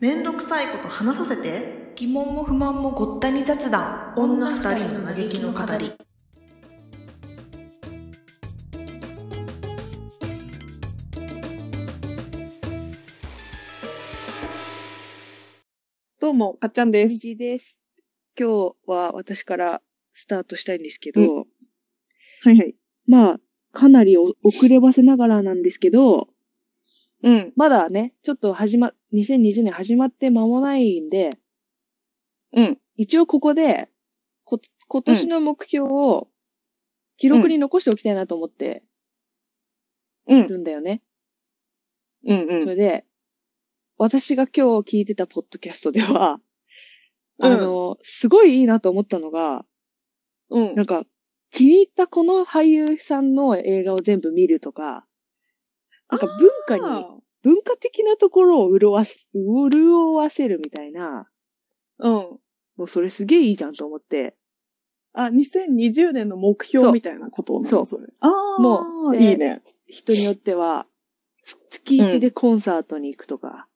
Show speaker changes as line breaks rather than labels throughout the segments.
めんどくさいこと話させて
疑問も不満もごったに雑談
女二人の嘆きの語り
どうも、かっちゃんです。
虹です。今日は私からスタートしたいんですけど、
はいはい。
まあ、かなりお遅ればせながらなんですけど、
うん。
まだね、ちょっと始ま、2020年始まって間もないんで、
うん。
一応ここで、こ、今年の目標を記録に残しておきたいなと思って
う
る
ん。
んだよね。
うん。
そうれ
ん。
で、私が今日聞いてたポッドキャストでは、あの、すごいいいなと思ったのが、
うん。
なんか、気に入ったこの俳優さんの映画を全部見るとか、なんか文化に、文化的なところを潤わす、潤わせるみたいな、
うん。
もうそれすげえいいじゃんと思って。
あ、2020年の目標みたいなことなの
そう
それ。ああ、
もう
いいね。
人によっては、つ月一でコンサートに行くとか。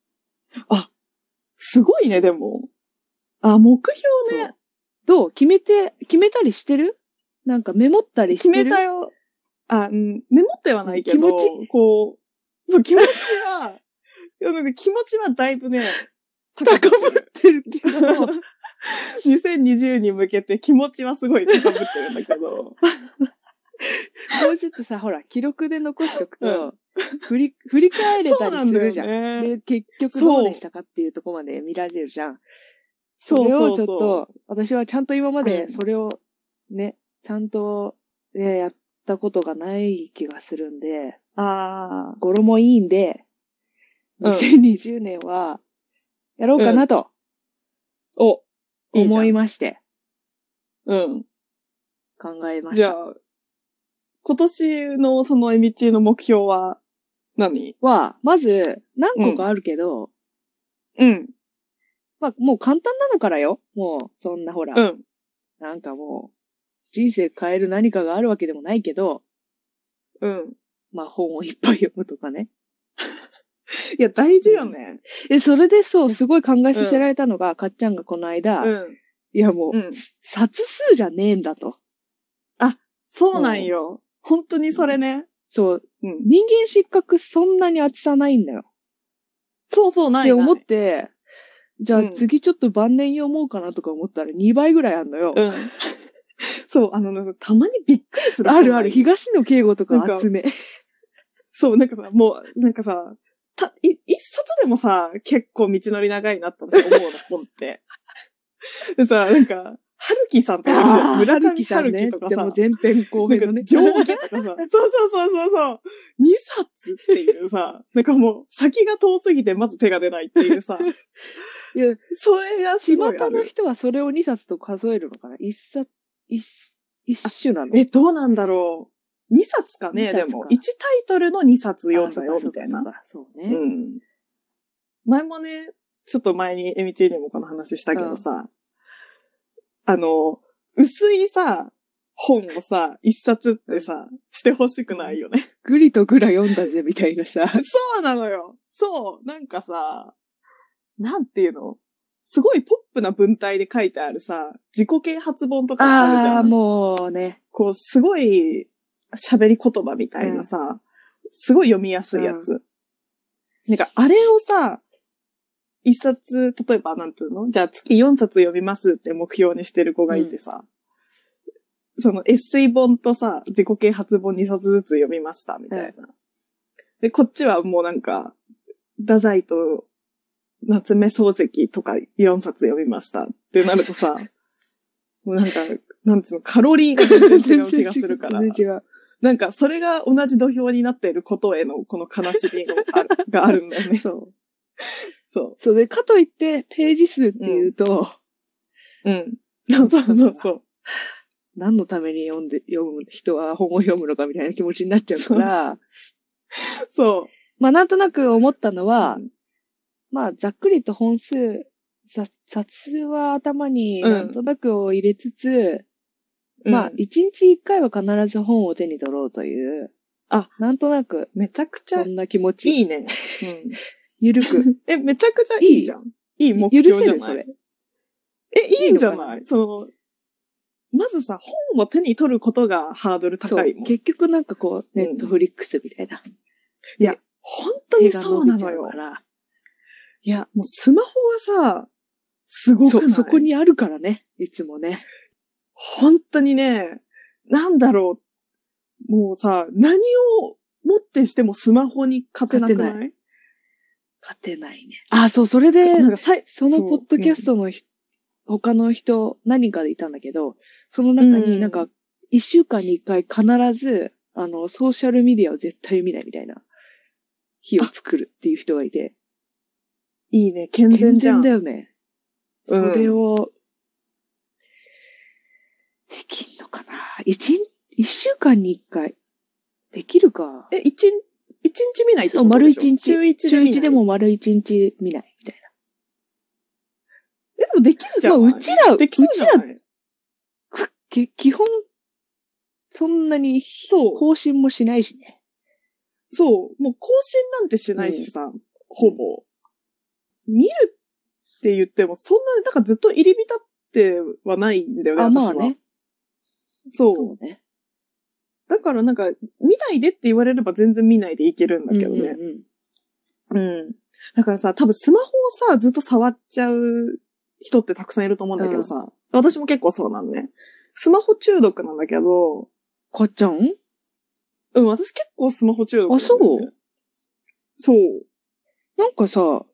すごいね、でも。あ、目標
そ
ね
う。どう決めて、決めたりしてるなんかメモったりし
決
てる
めたよ。あ、うん。メモってはないけど、
気持
こう、そう、気持ちは、 いやなんか気持ちはだいぶね、
高ぶってるけど。
2020に向けて気持ちはすごい高ぶってるんだけ ど。
もうちょっとさ、ほら、記録で残しておく
う
と、振り、 振り返れたりするじゃん。
ね。
で、結局どうでしたかっていうところまで見られるじゃん。そ
そうそう
れをち
そ
ょっと、私はちゃんと今ま
う
で
ん
それをね、ちゃんと、ね、やったことがない気がするんで、
う。ああ。
語呂もいいんで、
うん
2020年は、やろうかなと
お、いいじゃ
思い
ん。
まして、
うん。
考えまし
じゃあ
た。、
今年のそのエミチーの目標は何
は、まず、何個かあるけど、
うん。
まあ、もう簡単なのからよ。もう、そんなほら、
うん。
なんかもう、人生変える何かがあるわけでもないけど、
うん。
まあ本をいっぱい読むとかね。
いや、大事よね。
え、それでそう、すごい考えさせられたのが、かっちゃんがこの間、
うん。
いやもう、
うん。
冊数じゃねえんだと。
そうなんよ。本当にそれね。
そう、
うん。
人間失格そんなに厚さないんだよ。
そうそう、な
っ
い
て
ない。
思って、じゃ
う
あ
ん
次ちょっと晩年読もうかなとか思ったら2倍ぐらいあんのよ。
うん。 そう、あの、なんかたまにびっくりする。
あるある、。東野敬吾とか厚め。
そう、なんかさ、もう、なんかさ、た、い、一冊でもさ、結構道のり長いなって私思うの、本って。でさ、なんか、春樹さんとかいるじ ゃん村上春樹
ね
と。か
で
さ
も、前編後
なん
編
か
のね。
上下とかさ、 そうそうそうそうそう、二冊っていう さ、なんかもう先が遠すぎてまず手が出ないっていうさ、
いや
それがすごいあ
巷の
る。
人はそれを2冊と数えるのかな一冊、一、一種なの。
え、どうなんだろう。二冊かね、
二
で
冊か
も、一タイトルの二冊読んだよ、
あ
みたい。な
そう。かそうかそう
う
ね。
ん。前もね、ちょっと前にエミチーにもこの話したけどさ、あの、薄いさ、本をさ、一冊ってさ、してほしくないよね。
ぐりとぐら読んだぜ、みたいなさ。
そうなのよ。そう。なんかさ、なんていうのすごいポップな文体で書いてあるさ、自己啓発本とかあるじ
あ
ゃ
あ、
ん。
もうね。
こう、すごい喋り言葉みたいなさ、すごい読みやすいやつ。なんか、あれをさ、一冊、例えば、なんつうのじゃあ月4冊読みますって目標にしてる子がいてさ、そのエッセイ本とさ、自己啓発本2冊ずつ読みました、みたいな。で、こっちはもうなんか、太宰と夏目漱石とか4冊読みましたってなると さ、もうなんか、なんつうの、カロリーが全然違う気がするから。
全然違う。
なんか、それが同じ土俵になっていることへの、この悲しみがあるがあるんだ よね。
そう。
そ
それで、かといって、ページ数っていうと、
う。うん。 そうそうそう。
何のために読んで、読む人は本を読むのかみたいな気持ちになっちゃうから、
そ
まあなんとなく思ったの
う。
は、まあざっくりと本数、さ冊数は頭になんとなくを入れつつ、
うん
まあ、一日一回は必ず本を手に取ろうという、
あ、
なんとなく、
めちゃくちゃ
そ
い
んな気持ち、
いね。
ゆる
う
く、
んえ、めちゃくちゃいいじゃん。いい目
許
標
せ
じゃ
る
な
そ
い
れ。
え、いいんじゃ
いいの
ないその、まずさ、本を手に取ることがハードル
そ
高
う
いもん。い
結局なんかこう、
う
ネ
ん
ットフリックスみたいな。
や、本当にそうなの
手が伸
よ
びち。ゃうから
いや、もうスマホがさ、すごくな
そ、
い
そこにあるからね、いつもね。
本当にね、なんだろう。もうさ、何をもってしてもスマホに勝てなくない
勝勝てないね。あ、そう、それで、
なんかさい
そのポッドキャス
ト、
トのひ、他の人、何人かでいたんだけど、その中
う
に
ん
なんか、一週間に一回必ず、あの、ソーシャルメディアを絶対見ないみたいな、日を作るっていう人がいて、
うんいいね、健全
健
じゃ
全
ん。
だよね。
う
そ
ん
れを、できんのかな一日、一週間に一回。できるか。
え、一日、一日見ないって
そ
こ
う、
と
丸
でしょ
一日。
週一で
週
見ない。
一で。も丸一日見ないみたいな。
え、でもできんじゃん。
まあうちら
できそうじゃな
う
い
ちくき基本、そんなに
そう。
更新もしないしね。
そう。もう更新なんてしないしさ、ほぼ。見るって言っても、そんな、なんかずっと入り浸ってはないんだよね、
あ、
私
ま
は。
あね。
そう。
そうね。
だからなんか、見ないでって言われれば全然見ないでいけるんだけどね。
うんうんうん
うんだからさ、多分スマホをさ、ずっと触っちゃう人ってたくさんいると思うんだけどさ、私も結構そうなのね。スマホ中毒なんだけど、
かっちゃん
うん、私結構スマホ中毒なんだよね、
あ
そう
なんかさ、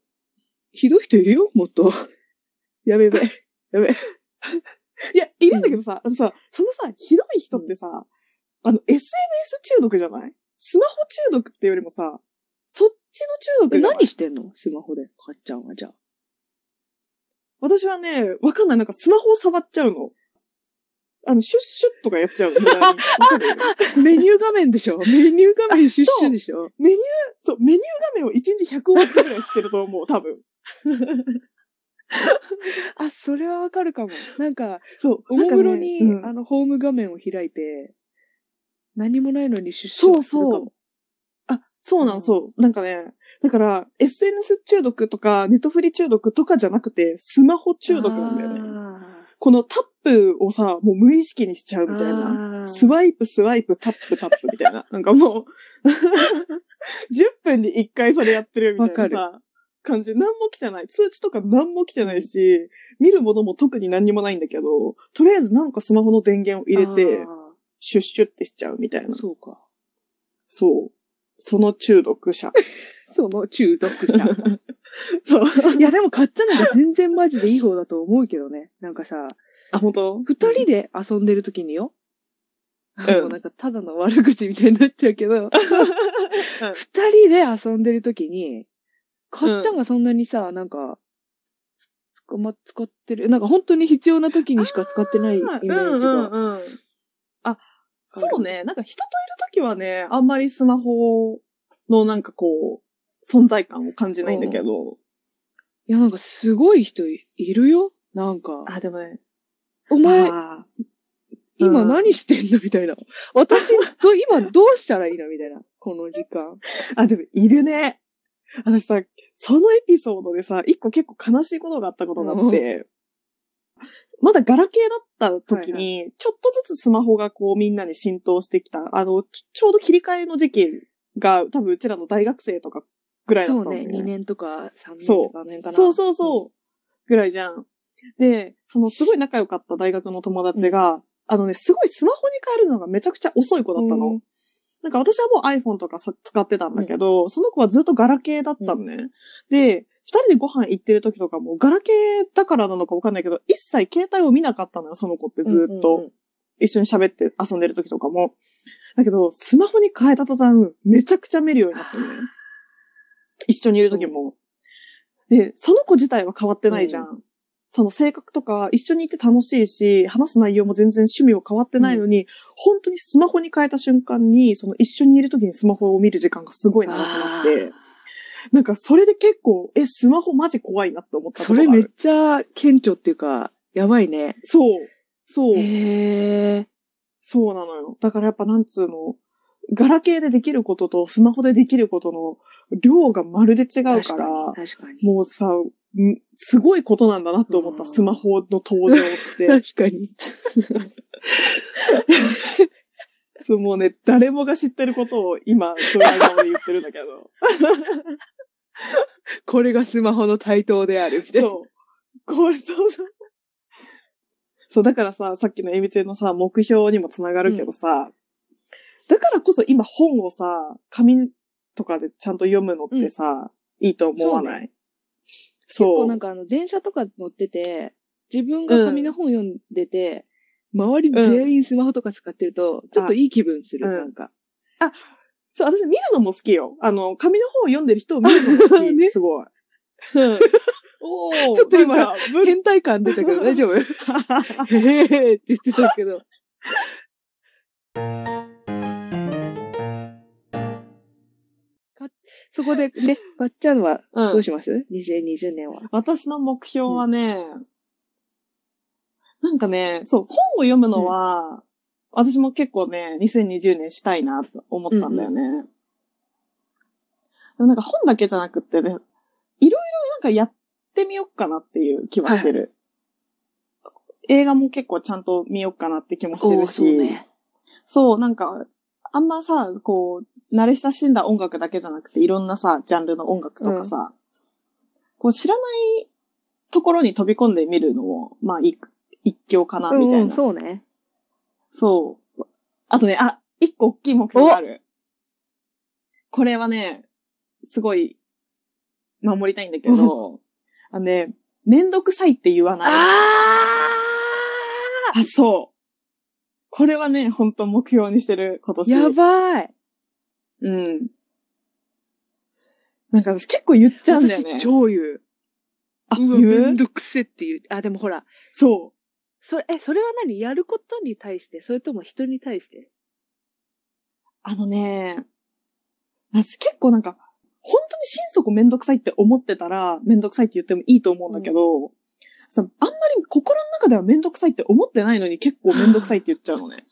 ひどい人いるよもっ と。やべやべ。
いや、いるんだけどさ、あのさ、そのさ、ひどい人ってさ、あの、SNS 中毒じゃないスマホ中毒っていうよりもさ、そっちの中毒
え
じゃない
何してんのスマホで。かっちゃんはじゃあ。
私はね、わかんない。なんかスマホを触っちゃうの。あの、シュッシュッとかやっちゃう の。左にわかる
メニュー画面でしょメニュー画面シュッシュでしょ
メニュー、そう、メニュー画面を1日100往復ぐらいしてると思う、多分。
あ、それはわかるかも。なんか、
そう。
おもむろに、
なんかねうん
あの、ホーム画面を開いて、何もないのに出社する
そ
か
うそ
も。
う。あ、そうな、
うんん
そう。なんかね、だから、SNS 中毒とか、ネットフリ中毒とかじゃなくて、スマホ中毒なんだよね。
ね。
このタップをさ、もう無意識にしちゃうみたいな。
あー
スワイプ、スワイプ、タップ、タップみたい な。なんかもう、10分に1回それやってるみたいなさ、感じ。何も来てない。通知とか何も来てないし、見るものも特に何にもないんだけど、とりあえずなんかスマホの電源を入れて、
あ
シュッシュッってしちゃうみたい
ー
な。
そうか。
そう。その中毒者。
その中毒者。
そう。
いや、でも、かっちゃんなんか全然マジでいい方だと思うけどね。なんかさ、
あ、本当
二人で遊んでる時によ。
ん
もうなんか、ただの悪口みたいになっちゃうけど、二人で遊んでる時に、かっちゃんがそんなにさ、なんか、つつかま、使ってる。なんか本当に必要な時にしか使ってないイメージ
うん
が。
うんうん。あ、そうね。なんか人といるときはね、あんまりスマホのなんかこう、存在感を感じないんだけど。
いや、なんかすごい人いいるよ。なんか、
あ、でもね。
お
あ
前、
ー
今
うん
何してんのみたいな。私、ど今どうしたらいいのみたいな。この時間。
あ、でもいるね。私さ、そのエピソードでさ、一個結構悲しいことがあったことがあって、まだガラケーだった時に、ちょっとずつスマホがこうみんなに浸透してきた、あの、ちょちょうど切り替えの時期が多分うちらの大学生とかぐらいだった
そ
ん
う
だよ
ね。2年とか3年
そう
とかあの辺かな。
そうそうそう。ぐらいじゃん。で、そのすごい仲良かった大学の友達が、あのね、すごいスマホに変えるのがめちゃくちゃ遅い子だったの。
うん
なんか私はもう iPhone とかさ使ってたんだけど、その子はずっとガラケーだったのね。で、二人でご飯行ってる時とかも、ガラケーだからなのかわかんないけど、一切携帯を見なかったのよ、その子って
うん。
ずっと。
うんうんうん
一緒に喋って遊んでる時とかも。だけど、スマホに変えた途端、めちゃくちゃ見るようになったのね。一緒にいる時も。で、その子自体は変わってないじゃん。その性格とか、一緒にいて楽しいし、話す内容も全然趣味も変わってないのに、本当にスマホに変えた瞬間に、その一緒にいる時にスマホを見る時間がすごい長くなって、なんかそれで結構、え、スマホマジ怖いなって思ったこ
そ
とがあ
れ
る。
めっちゃ顕著っていうか、やばいね。
そう。そう。
へえ。
そうなのよ。だからやっぱなんつうの、ガラケーでできることとスマホでできることの量がまるで違うから、
確かに。確かに
もうさ、んすごいことなんだなって思った、
うん
スマホの登場 って。
確かに。
そうもうね、誰もが知ってることを今、ドライバーで言ってるんだけど。
これがスマホの台頭 である。みたいな
そう。これ、そうそうそう。そう、だからさ、さっきのエビチェのさ、目標にもつながるけどさ、だからこそ今本をさ、紙とかでちゃんと読むのってさ、いいと思わない
結
そう
構なんかあの、電車とか乗ってて、自分が紙の本読んでて、周り全員スマホとか使ってると、ちょっといい気分する、
うん
なんか。
そう、私見るのも好きよ。あの、紙の本を読んでる人を見るのも 好き。
ね
すごい。 おー
ちょっと今
なんか
変態感出たけど大丈夫へへへって言ってたけど。かそこでね、かっちゃんは
うん
どうします、?2020 年は。
私の目標はね、なんかね、そう、本を読むのは、私も結構ね、2020年したいなと思ったんだよね。でもなんか本だけじゃなくってね、いろいろなんかやってみようかなっていう気はしてる。映画も結構ちゃんと見ようかなって気もしてるし、
そうね。
そう、なんか、あんまさ、こう、慣れ親しんだ音楽だけじゃなくて、いろんなさ、ジャンルの音楽とかさ、こう、知らないところに飛び込んでみるのも、まあ、い一興かな、
うん
みたいな。
うん、
そう
そうね。
あとね、あ、一個大きい目標がある。これはね、すごい、守りたいんだけ ど、あのね、めんどくさいって言わない。
あ
あ、そう。これはね、ほんと目標にしてる、今
ー
年。
やばい
うん。なんか私結構言っちゃうんだよね
私。超言う。
あ、
うわ、
言
め
うん
どくせっていう。あ、でもほら、
そ
それ、え、それは何やることに対してそれとも人に対して
う。あのね、私結構なんか、本当に心底めんどくさいって思ってたら、めんどくさいって言ってもいいと思うんだけど、さあんまり心の中ではめんどくさいって思ってないのに結構めんどくさいって言っちゃうの ね。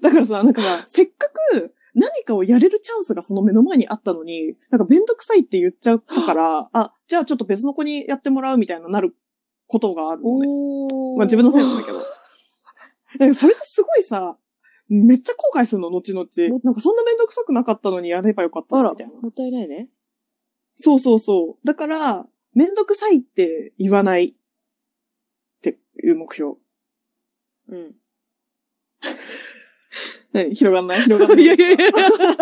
だからさ、なんかさ、せっかく何かをやれるチャンスがその目の前にあったのに、なんかめんどくさいって言っちゃったから、 あ、じゃあちょっと別の子にやってもらうみたいななることがあるのね。
お
まあ自分のせいなんだけど。だからそれってすごいさ、めっちゃ後悔するの、後々。なんかそんなめんどくさくなかったのにやればよかった
あ
な
ら、
みたいな。
もったいないね。
そうそうそう。だから、めんどくさいって言わないっていう目標。
うん。
ね広がんない広がんない
いや
です
い
か
やいや。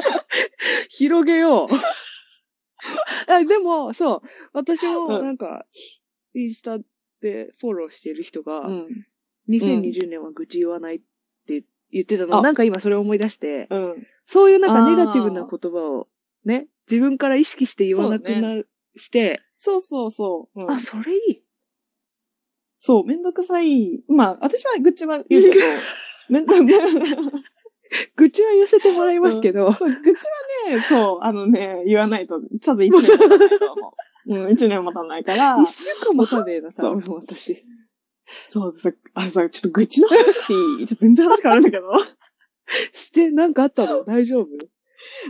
広げよう。 あでも、そう。私も、
うん
なんか、インスタでフォローしてる人が、
うん。
2020年は愚痴言わないって言ってたの、
あ
なんか今それを思い出して、
うん。
そういうなん
あ
か
ー
ネガティブな言葉を、ね、自分から意識して言わなくなる、して、
そうそうそう。うん
あ、それいい。
そう、めんどくさい。まあ、私は愚痴は言う けど、 めんど、
愚痴は寄せてもらいますけど、
そう、愚痴はね、そう、あのね、言わないと、ちょっと一年もたないと思 う。うん、一年もたないから。
一週間も経んねえな、多分私。
そうです。あのさ、ちょっと愚痴の話していいちょっと全然話変わるんだけ ど。
して、なんかあったの大丈夫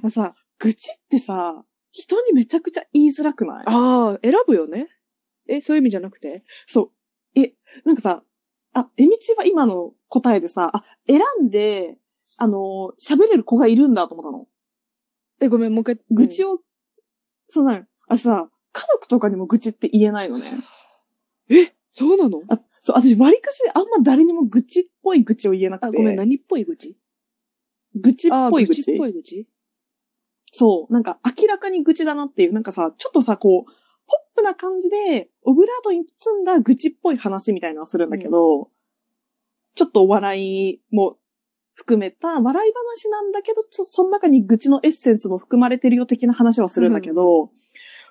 あのさ、愚痴ってさ、人にめちゃくちゃ言いづらくない
ああ、選ぶよねえ、そういう意味じゃなくて
そう。え、なんかさ、あ、えみちは今の答えでさ、あ、選んで、あのー喋れる子がいるんだと思ったの。
え、ごめん、もう一回。
愚痴
を。
を、そうなの。あさ、家族とかにも愚痴って言えないのね。
え、そうなの
あ、そう、私、割かしあんま誰にも愚痴っぽい愚痴を言えなく
あ、
て。
ごめん、何っぽい愚痴
愚痴っ
あー
ぽい愚
っ
痴
ぽ。い愚痴
そう、なんか明らかに愚痴だなっていう、なんかさ、ちょっとさ、こう、ポップな感じで、オブラートに包んだ愚痴っぽい話みたいなのはするんだけど、ちょっとお笑いも含めた、笑い話なんだけど、ちょその中に愚痴のエッセンスも含まれてるよ的な話はするんだけど、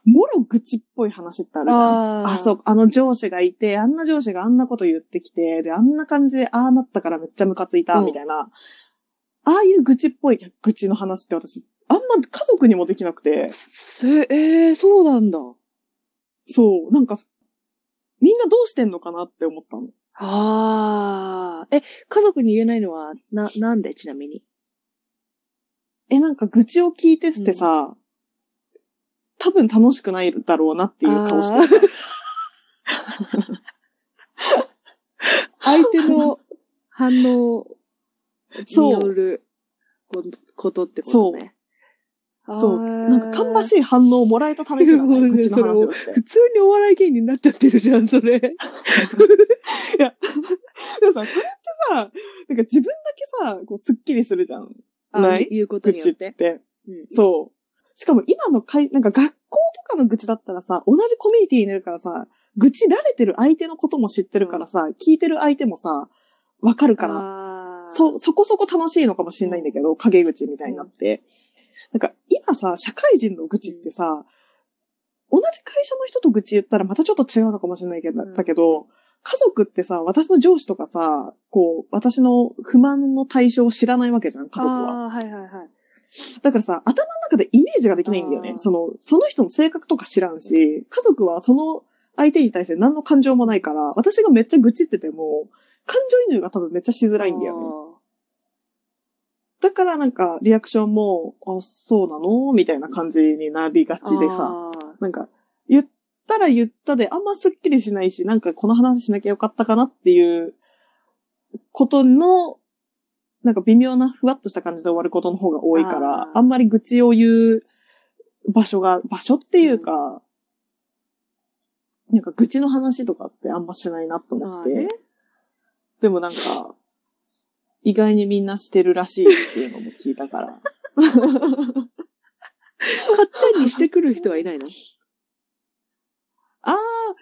もろ愚痴っぽい話ってあるじゃん。
あ
あ、そう、あの上司がいて、あんな上司があんなこと言ってきて、で、あんな感じで、ああなったからめっちゃムカついた、
うん
みたいな。ああいう愚痴っぽい愚痴の話って私、あんま家族にもできなくて、
せ、えー、そうなんだ。
そう、なんか、みんなどうしてんのかなって思ったの。
ああ。え、家族に言えないのは、な、なんでちなみに。
え、なんか愚痴を聞いててさ、多分楽しくないだろうなっていう顔してる。
相手の反応に
そ
よ
う。
るこことってことね。
そう。なんか、かんばしい反応をもらえたためじゃない、こっちの話をして。
普通にお笑い芸人になっちゃってるじゃん、そ れ。
いや、でもさ、それってさ、なんか自分だけさ、こう、スッキリするじゃん。
あ
ない
言うこと
愚
によ
痴
っ
って
て。。
そう。しかも今の会、なんか学校とかの愚痴だったらさ、同じコミュニティにいるからさ、愚痴られてる相手のことも知ってるからさ、聞いてる相手もさ、わかるから、
ら
そ、そこそこ楽しいのかもしれないんだけど、陰口みたいになって。なんか今さ、社会人の愚痴ってさ、同じ会社の人と愚痴言ったらまたちょっと違うのかもしれないけど、
うん
だけど、家族ってさ、私の上司とかさ、こう、私の不満の対象を知らないわけじゃん、家族は。
ああ、はいはいはい。
だからさ、頭の中でイメージができないんだよね
あ。ー
その、その人の性格とか知らんし、家族はその相手に対して何の感情もないから、私がめっちゃ愚痴ってても、感情移入が多分めっちゃしづらいんだよね。だからなんか、リアクションも、あ、そうなのみたいな感じになりが
あー。
ちでさ、なんか、言ったら言ったで、あんまスッキリしないし、なんかこの話しなきゃよかったかなっていう、ことの、なんか微妙なふわっとした感じで終わることの方が多いから、
あ
あ
ー
んまり愚痴を言う場所が、場所っていうか、なんか愚痴の話とかってあんましないなと思
ま
っ
あ
て、
ね。
でもなんか、意外にみんなしてるらしいっていうのも聞いた から。
かっちゃんにしてくる人はいないの
ああ、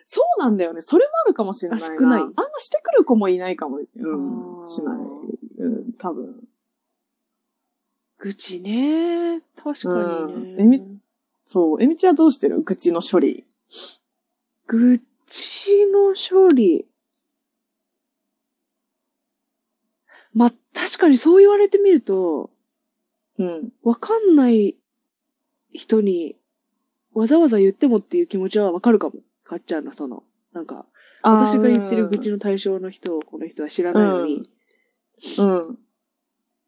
そうなんだよね。それもあるかもしれないな。
あ少ない
あんましてくる子もいないかも。 う
あー
ん、しない。うん、多分。
愚痴ね。確かにね。
うんえみそう。えみちはどうしてる愚痴の処理。
愚痴の処理。まあ、確かにそう言われてみると、
うん。
わかんない人にわざわざ言ってもっていう気持ちはわかるかも。かっちゃんのその、なんか、私が言ってる愚痴の対象の人をこの人は知らないのに、
うんうん。うん。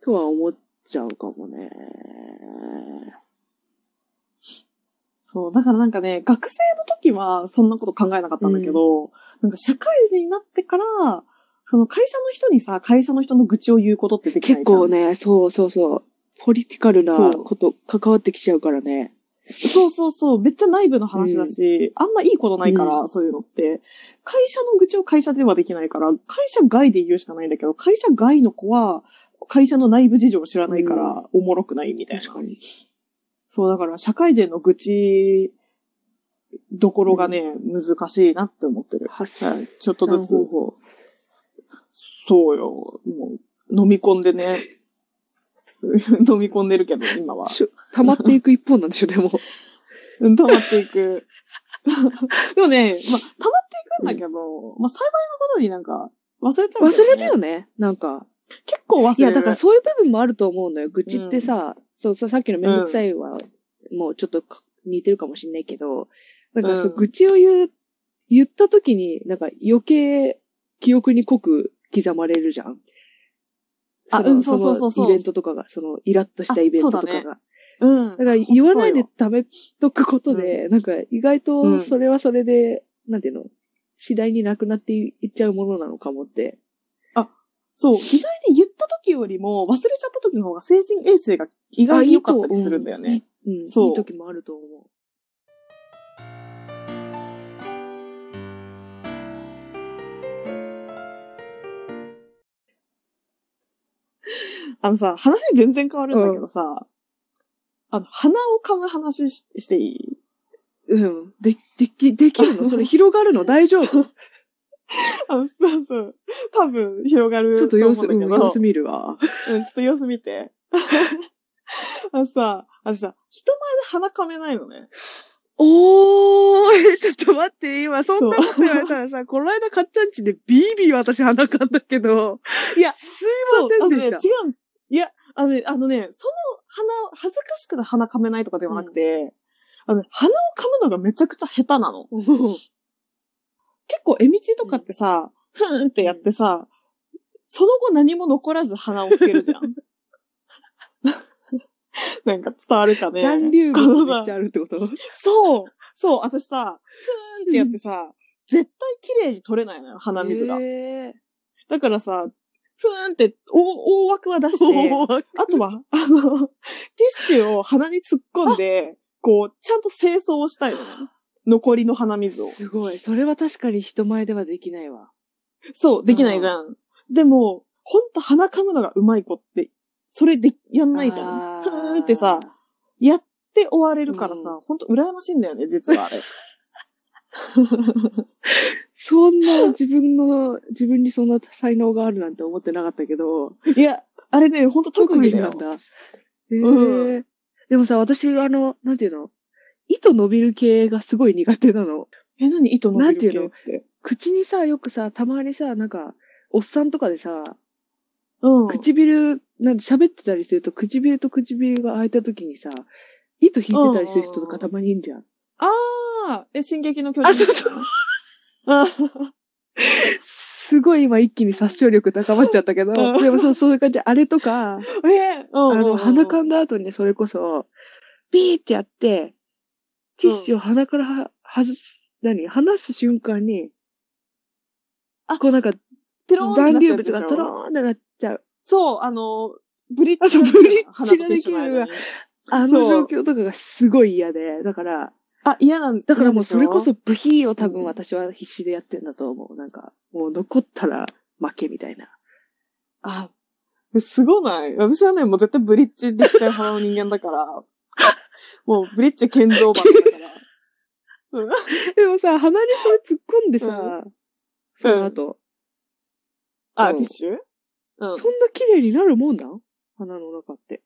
とは思っちゃうかもね。
そう。だからなんかね、学生の時はそんなこと考えなかったんだけど、なんか社会人になってから、その会社の人にさ、会社の人の愚痴を言うことってできな
結
いじゃん
構。ね、そうそうそう。ポリティカルな
そう
こと関わってきちゃうからね。
そうそうそう。めっちゃ内部の話だし、あんまいいことないから、そういうのって。会社の愚痴を会社ではできないから、会社外で言うしかないんだけど、会社外の子は、会社の内部事情を知らないから、おもろくないみたいな。
確かに。
そう、だから社会人の愚痴、どころがね、難しいなって思ってる。
発散
はい。ちょっとずつ。
方法。
そうよ。もう、飲み込んでね。 飲み込んでるけど、今は。
しょ溜まっていく一方なんでしょ、でも。
うん、溜まっていく。 でもね、まあ、溜まっていくんだけど、まあ、幸いなことになんか、忘れちゃう
忘
けど、ね。
れるよね、なんか。
結構忘れる。
いや、だからそういう部分もあると思うのよ。愚痴ってさ、そうそう、さっきのめんどくさいは、もうちょっとか似てるかもしんないけど、だからそう
うん
愚痴を言う、言った時に、なんか余計記憶に濃く刻まれるじゃん。
あ
の
うんそうそうそうそう
のイベントとかが、そのイラッとしたイベントとか
あそうだ
が。
うん。
だから言わな
そ
い
う
で
よ
貯めとくことで、なんか意外
う
と
ん
それはそれで、なんていうの、次第になくなっていっちゃうものなのかもって。
そう。意外に言った時よりも、忘れちゃった時の方が精神衛生が意外に良かったりするんだよね。。
いいとうん、
そう
いい時もあると思う。
あのさ、話全然変わるんだけどさ、あの、鼻を噛む話ししていい
うん。で、でき、できる のそれ広がるの大丈夫ち
あの、そうそう。多分、広がる
ょっと
思う
様
ん
子、
だけど
うん、様子見るわ。
うん、ちょっと様子見 て。あのさ、あのさ、人前で鼻噛めないのね。
おー、 ちょっと待って、今、そんなこと
そう
言われたらさ、この間、かっちゃんちでビービー私鼻かんだけど、
いや
すいませんでし
そうあのね
た。
違うん。いや、あのね、あのね、その鼻、恥ずかしくて鼻噛めないとかではなくて、あのね、鼻を噛むのがめちゃくちゃ下手なの。
おー
結構、えみちとかってさ、ふーんってやってさ、その後何も残らず鼻を拭けるじゃ ん。なんか伝わるかね。
残留
この
物
さ
めっちゃあるってこと
そう、そう、私さ、ふーんってやってさ、絶対綺麗に取れないのよ、鼻水が。
へ
だからさ、ふーんって大大枠は出 して、
大枠
あとは、あの、ティッシュを鼻に突っ込んで、こう、ちゃんと清掃をしたいのね。残りの鼻水を。
すごい。それは確かに人前ではできないわ。
そう、できないじゃん。でも、ほんと鼻噛むのがうまい子って、それで、やんないじゃん。
あ
ふーんってさ、やって終われるからさ、
うん
ほんと羨ましいんだよね、実はあれ。
そんな自分の、自分にそんな才能があるなんて思ってなかったけど、
いや、あれね、ほんと特技だ
な
よ
ん。だ。えー
う
でもさ、私、あの、なんていうの糸伸びる系がすごい苦手なの。
え、何糸伸びる系
なん
って。
口にさ、よくさ、たまにさ、なんか、おっさんとかでさ、
うん。
唇、なんて喋ってたりすると、唇と唇が開いた時にさ、糸引いてたりする人とかたまにいるじゃん。
あー、え、進撃の巨人。
あそうそう
あ
すごい今一気に殺傷力高まっちゃったけど、
うん
でもそう、そういう感じ、あれとか、
えー、
あ
うんうんう
の、
ん
鼻噛んだ後にね、それこそ、ピーってやって、ティッシュを鼻からは外す、何離す瞬間に、
あ
こうなんか、
ペローンって
残
なっちゃう
留
や
物
つで
が
しょ
トローンってなっちゃう。
そう、あの、ブリッ
あ
ジ
そう
が
ブリッジが
鼻とティッシュの間に
できあの状況とかがすごい嫌で、だから、
あ、嫌なん
だからもうそれこ、
嫌
そブヒーを多
う
分
ん
私は必死でやってんだと思う。なんか、もう残ったら負けみたいな。
あ、すごない。私はね、もう絶対ブリッジできちゃう派の人間だ から、もうブリッジ建造版だから。
でもさ、鼻にそれ突っ込んでさ、その後、
あ、
うん
ティッシュうん。
そんな綺麗になるもんなん鼻の中って。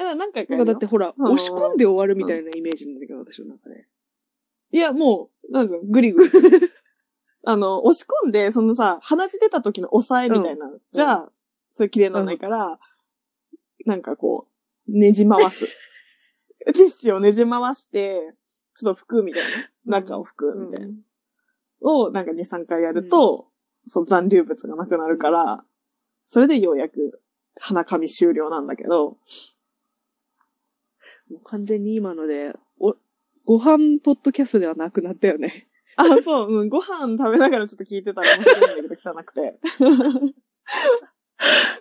え、なんか
なんかだってほら、
うん
押し込んで終わるみたいなイメージなんだけど、私の中で。
いや、もう、なんですか、グリグリする。 あの、押し込んで、そのさ、鼻血出た時の抑えみたいな、じゃあ、それ綺麗にならないから、なんかこう、ねじ回 す。ティッシュをねじ回して、ちょっと拭くみたいな。中を拭くみたいな。を、なんか2、3回やると、そう残留物がなくなるから、それでようやく、鼻噛み終了なんだけど、
もう完全に今ので、お、ご飯ポッドキャストではなくなったよね。
あ、そう、うん、ご飯食べながらちょっと聞いてたら面白いんだけど、汚くて。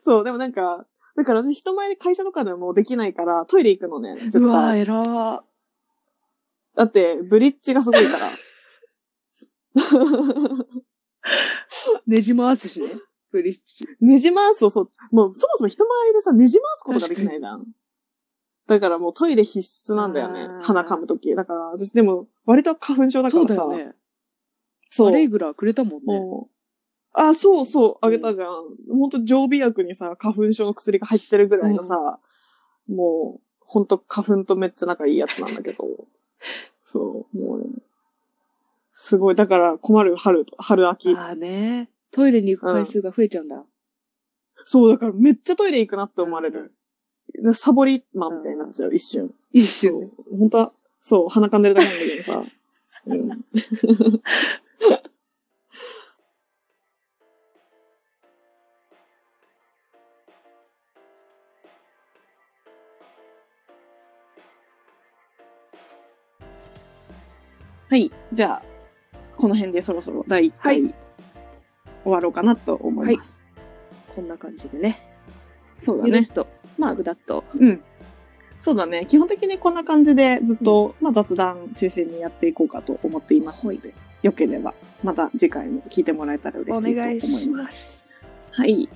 そう、でもなんか、だから私人前で会社とかでもできないから、トイレ行くのね、
う
絶
わぁ、
対。
偉ー。
だって、ブリッジがすごいから。
ねじ回すしね。ブリッジ。
ねじ回すを、そう、もうそもそも人前でさ、ねじ回すことができないじゃん。だからもうトイレ必須なんだよね
あー。
鼻噛むとき。だから、私でも、割と花粉症だか
そう
ら
だ
さ。
よね。
そう
アレイグラくれたもんね。
もうあ、そうそう、あげたじゃん。ほんと常備薬にさ、花粉症の薬が入ってるぐらいのさ、もう、ほんと花粉とめっちゃ仲いいやつなんだけど。そう、もうね。すごい、だから困るよ春、春秋。
ああね。トイレに行く回数が増えちゃうんだ。
そう、だからめっちゃトイレ行くなって思われる。サボりマンみたいになっちゃう、一瞬。
一瞬ね。
そう本当は、そう、鼻かんでるだけなんだけどさ。うん、はい。じゃあ、この辺でそろそろ第1回、終わろうかなと思います。
こんな感じでね。
そうだ
ゆるっ
ね。
と、
まあ
ぐ、だっと。
うん。そうだね。基本的にこんな感じでずっと、まあ、雑談中心にやっていこうかと思っていますので、よければまた次回も聞いてもらえたら嬉
お
しいと
願
思い
い
ます。
します。
はい。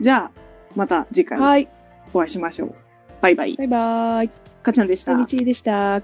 じゃあ、また次回
はい。
お会いしましょう。バイバイ。
バイバーイ。
かっちゃんでした。
みちーでした。